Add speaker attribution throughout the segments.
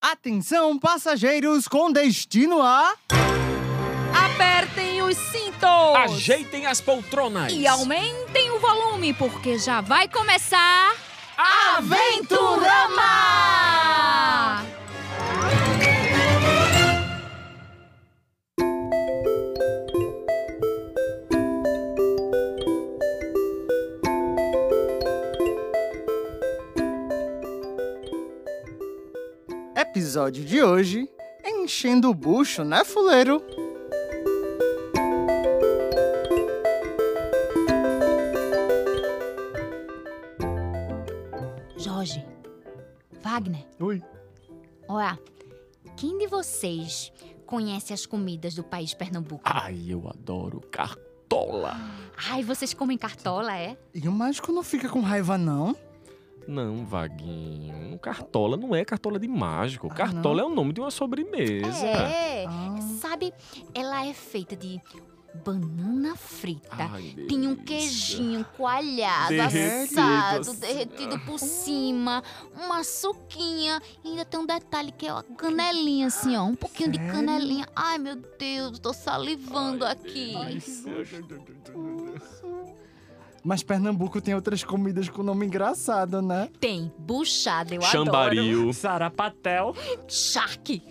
Speaker 1: Atenção, passageiros com destino a.
Speaker 2: Apertem os cintos.
Speaker 3: Ajeitem as poltronas.
Speaker 2: E aumentem o volume, porque já vai começar. Aventurama!
Speaker 1: Episódio de hoje: Enchendo o bucho, né, fuleiro?
Speaker 2: Jorge, Wagner,
Speaker 1: Oi.
Speaker 2: olha, quem de vocês conhece as comidas do país Pernambuco?
Speaker 3: Ai, eu adoro cartola.
Speaker 2: Ai, vocês comem cartola, é?
Speaker 1: E o mágico não fica com raiva, não?
Speaker 3: Não, Vaguinho. Cartola não é cartola de mágico.
Speaker 1: Ah,
Speaker 3: cartola é o nome de uma sobremesa.
Speaker 2: É.
Speaker 1: Ah.
Speaker 2: Sabe, ela é feita de banana frita.
Speaker 3: Ai,
Speaker 2: Tem um
Speaker 3: delícia.
Speaker 2: queijinho coalhado,
Speaker 3: Derretido,
Speaker 2: assado,
Speaker 3: assim,
Speaker 2: derretido por cima, uma suquinha. E ainda tem um detalhe que é a canelinha, assim, ó. Um pouquinho de
Speaker 1: Sério?
Speaker 2: canelinha. Ai, meu Deus, tô salivando
Speaker 3: Ai,
Speaker 2: aqui.
Speaker 3: delícia.
Speaker 1: Mas Pernambuco tem outras comidas com nome engraçado, né?
Speaker 2: Tem buchada, eu adoro.
Speaker 3: Chambaril.
Speaker 4: Sarapatel.
Speaker 2: Charque.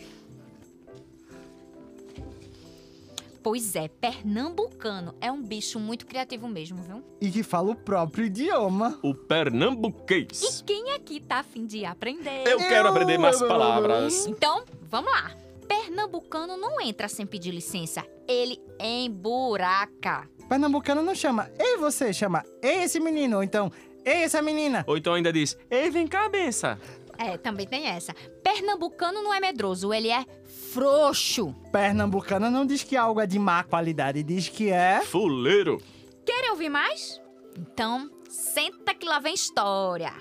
Speaker 2: Pois é, pernambucano é um bicho muito criativo mesmo, viu?
Speaker 1: E que fala o próprio idioma.
Speaker 3: O
Speaker 2: E
Speaker 3: pernambuquês.
Speaker 2: quem aqui tá afim de aprender?
Speaker 3: Eu quero aprender mais
Speaker 1: Eu-
Speaker 3: palavras.
Speaker 2: Então, vamos lá. Pernambucano não entra sem pedir licença. Ele emburaca.
Speaker 1: Pernambucano não chama ei você, chama ei esse menino, ou então ei essa menina.
Speaker 3: Ou então ainda diz, ei, vem cá, bença.
Speaker 2: É, também tem essa. Pernambucano não é medroso, ele é frouxo.
Speaker 1: Pernambucano não diz que algo é de má qualidade, diz que é.
Speaker 3: Fuleiro.
Speaker 2: Querem ouvir mais? Então, senta que lá vem história.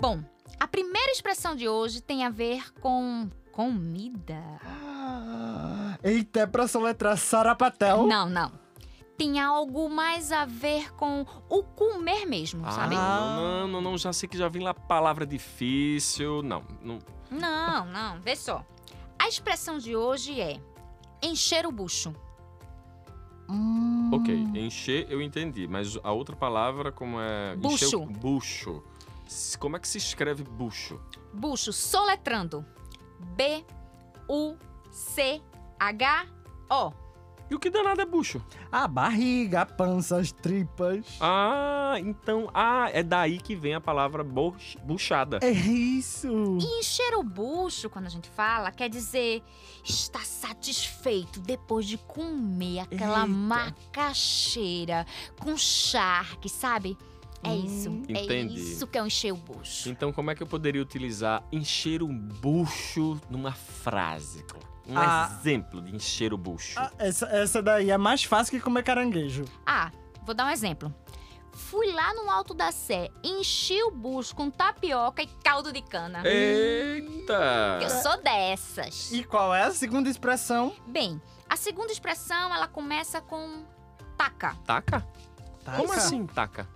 Speaker 2: Bom, a primeira expressão de hoje tem a ver com comida.
Speaker 1: Eita, é pra soletrar Sarapatel.
Speaker 2: Não, não. Tem algo mais a ver com o comer mesmo, sabe?
Speaker 3: Ah, não, não, não, já sei que já vem lá palavra difícil. Não, não.
Speaker 2: Não, não, vê só. A expressão de hoje é encher o bucho.
Speaker 1: Hum,
Speaker 3: Ok, encher eu entendi, mas a outra palavra como é... Encher o- bucho. S- Como é que se escreve bucho?
Speaker 2: Bucho, soletrando. B, U, C, H, O.
Speaker 3: E o que danado é bucho?
Speaker 1: A barriga, a pança, as tripas.
Speaker 3: Ah, então, ah, é daí que vem a palavra boch- buchada.
Speaker 1: É isso.
Speaker 2: E encher o bucho, quando a gente fala, quer dizer estar satisfeito depois de comer aquela
Speaker 3: Eita.
Speaker 2: macaxeira com charque, sabe? É isso. É
Speaker 3: entendi.
Speaker 2: isso que é o encher o bucho.
Speaker 3: Então, como é que eu poderia utilizar encher um bucho numa frase? Um
Speaker 1: Ah.
Speaker 3: exemplo de encher o bucho.
Speaker 1: Ah, essa, essa daí é mais fácil que comer caranguejo.
Speaker 2: Ah, vou dar um exemplo. Fui lá no Alto da Sé, enchi o bucho com tapioca e caldo de cana.
Speaker 3: Eita!
Speaker 1: Hum.
Speaker 2: Eu sou dessas.
Speaker 1: E qual é a segunda expressão?
Speaker 2: Bem, a segunda expressão, ela começa com taca.
Speaker 3: Taca? Como
Speaker 1: Taca.
Speaker 3: assim taca?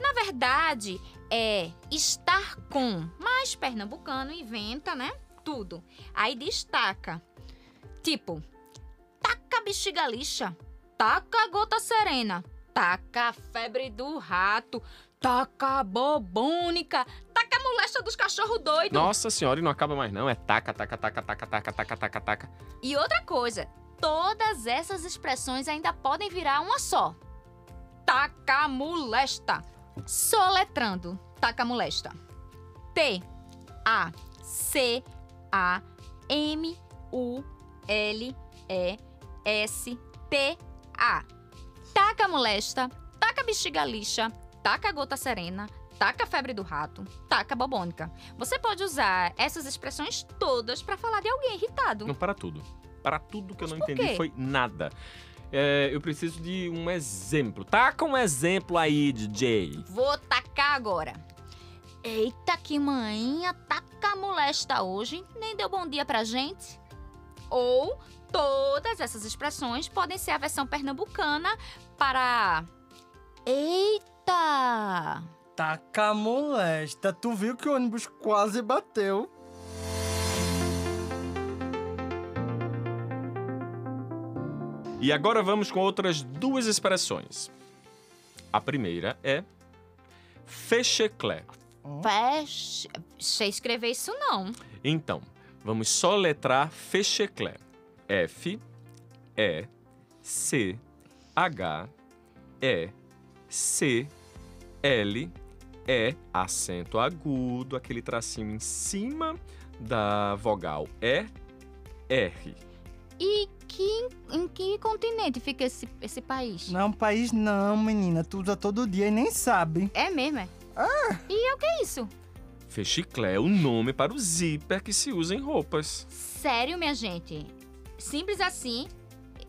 Speaker 2: Na verdade, é estar com, mas pernambucano inventa, né? Tudo. Aí destaca. Tipo, taca bexiga lixa, taca gota serena, taca febre do rato, taca bobônica, taca molesta dos cachorros doidos.
Speaker 3: Nossa senhora, e não acaba mais não. É taca, taca, taca, taca, taca, taca, taca, taca.
Speaker 2: E outra coisa, todas essas expressões ainda podem virar uma só. Taca molesta. Soletrando, taca molesta. T A C A M U L E S T A. Taca molesta, taca bexiga lixa, taca gota serena, taca febre do rato, taca bobônica. Você pode usar essas expressões todas para falar de alguém irritado.
Speaker 3: Não, para tudo. Para tudo que eu não
Speaker 2: por quê?
Speaker 3: entendi foi nada. É, eu preciso de um exemplo. Taca um exemplo aí, DJ.
Speaker 2: Vou tacar agora. Eita, que manhinha, taca molesta hoje, nem deu bom dia pra gente. Ou todas essas expressões podem ser a versão pernambucana para. Eita!
Speaker 4: Taca molesta.
Speaker 1: Tu viu que o ônibus quase bateu.
Speaker 3: E agora vamos com outras duas expressões. A primeira é fecheclé.
Speaker 2: Feche... Sei escrever isso não.
Speaker 3: Então, vamos soletrar fecheclé. F E C H E C L E acento agudo, aquele tracinho em cima da vogal E R.
Speaker 2: E que, em que continente fica esse, esse país?
Speaker 1: Não, país não, menina. Tu usa todo dia e nem sabe.
Speaker 2: É mesmo, é? E é o que é isso?
Speaker 3: Fechiclé é o nome para o zíper que se usa em roupas.
Speaker 2: Sério, minha gente? Simples assim?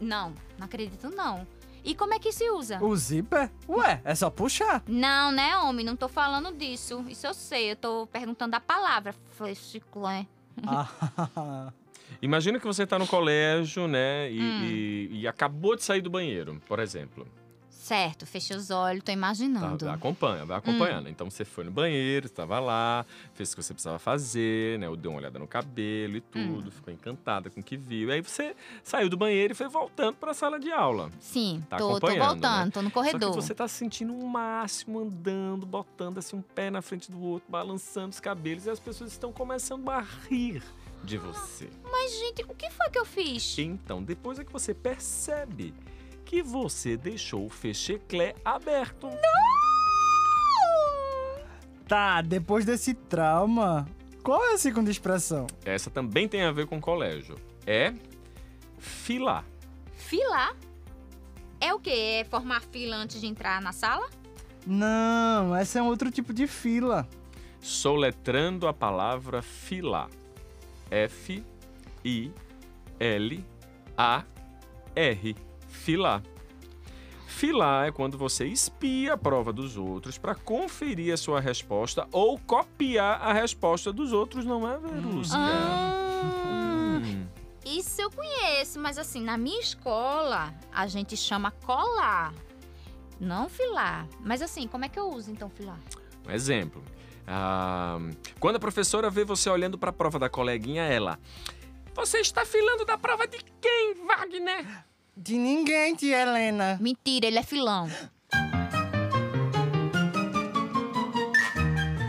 Speaker 2: Não, não acredito não. E como é que se usa?
Speaker 4: O zíper? Ué, é só puxar.
Speaker 2: Não, né, homem? Não tô falando disso. Isso eu sei, eu tô perguntando a palavra. né?" Fechiclé.
Speaker 4: Ah,
Speaker 3: Imagina que você está no colégio, né? E, e- e acabou de sair do banheiro, por exemplo.
Speaker 2: Certo, fechei os olhos, tô
Speaker 3: Tá,
Speaker 2: imaginando.
Speaker 3: vai acompanha, vai acompanhando. Então você foi no banheiro, estava lá, fez o que você precisava fazer, né? Deu uma olhada no cabelo e tudo, ficou encantada com o que viu. E aí você saiu do banheiro e foi voltando para a sala de aula.
Speaker 2: Sim,
Speaker 3: Tá
Speaker 2: tô, tô
Speaker 3: acompanhando,
Speaker 2: voltando,
Speaker 3: né?
Speaker 2: tô no
Speaker 3: Só que
Speaker 2: corredor.
Speaker 3: você tá se sentindo o máximo, andando, botando assim um pé na frente do outro, balançando os cabelos, e as pessoas estão começando a rir de você.
Speaker 2: Mas, gente, o que foi que eu fiz?
Speaker 3: Então, depois é que você percebe que você deixou o fecheclé aberto.
Speaker 4: tá, depois desse trauma, qual é a segunda expressão?
Speaker 3: Essa também tem a ver com colégio. É filar.
Speaker 2: Filar? É o quê? É formar fila antes de entrar na sala?
Speaker 1: Não, essa é um outro tipo de fila.
Speaker 3: Soletrando a palavra filar. F I L A R. Filar. Filar é quando você espia a prova dos outros para conferir a sua resposta ou copiar a resposta dos outros, não é, Verusca?
Speaker 2: Ah,
Speaker 3: Hum.
Speaker 2: isso eu conheço, mas assim, na minha escola, a gente chama colar. Não filar. Mas assim, como é que eu uso então filar?
Speaker 3: Um exemplo. Ah, quando a professora vê você olhando para a prova da coleguinha, ela. Você está filando da prova de quem, Wagner?
Speaker 1: De ninguém, tia Helena.
Speaker 2: Mentira, ele é filão.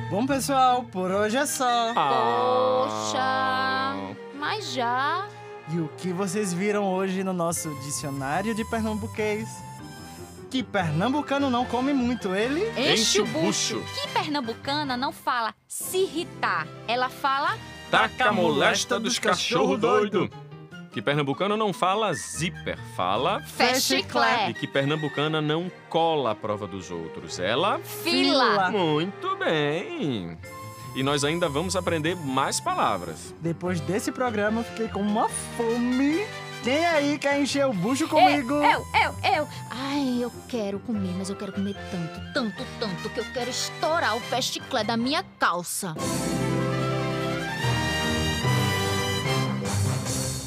Speaker 1: Bom, pessoal, por hoje é só.
Speaker 3: Ah.
Speaker 2: Mas já.
Speaker 1: E o que vocês viram hoje no nosso dicionário de pernambuquês? Que pernambucano não come muito, ele...
Speaker 3: Enche o bucho.
Speaker 2: Que pernambucana não fala se irritar. Ela fala.
Speaker 3: Taca a molesta dos cachorro doido. Que pernambucano não fala zíper, fala.
Speaker 1: Fecha e
Speaker 2: É.
Speaker 1: clé.
Speaker 3: E que pernambucana não cola a prova dos outros, ela.
Speaker 2: Fila.
Speaker 1: Fila.
Speaker 3: Muito bem. E nós ainda vamos aprender mais palavras.
Speaker 1: Depois desse programa, eu fiquei com uma fome. Quem é aí quer encher o bucho comigo?
Speaker 2: Eu, eu, eu. Ai, eu quero comer, mas eu quero comer tanto, tanto, tanto que eu quero estourar o festiclé da minha calça.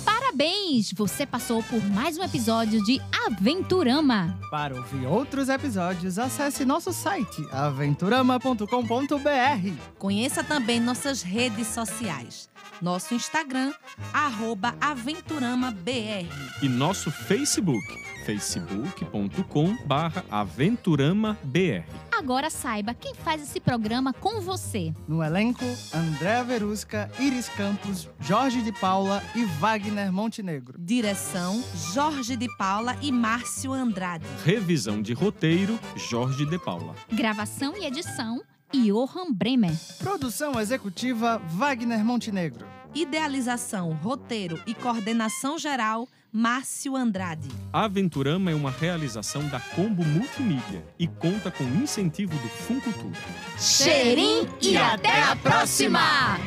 Speaker 5: Parabéns! Você passou por mais um episódio de Aventurama.
Speaker 1: Para ouvir outros episódios, acesse nosso site aventurama.com.br.
Speaker 6: Conheça também nossas redes sociais. Nosso Instagram, arroba aventuramabr.
Speaker 7: e nosso Facebook, facebook.com/barra aventuramabr.
Speaker 5: Agora saiba quem faz esse programa com você.
Speaker 1: No elenco, André Verusca, Iris Campos, Jorge de Paula e Wagner Montenegro.
Speaker 6: Direção, Jorge de Paula e Márcio Andrade.
Speaker 7: Revisão de roteiro, Jorge De Paula.
Speaker 5: Gravação e edição, Johan Bremer.
Speaker 1: Produção executiva, Wagner Montenegro.
Speaker 6: Idealização, roteiro e coordenação geral, Márcio Andrade.
Speaker 7: Aventurama é uma realização da Combo Multimídia e conta com incentivo do Funcultura.
Speaker 5: Cheirinho
Speaker 6: e
Speaker 5: até a próxima!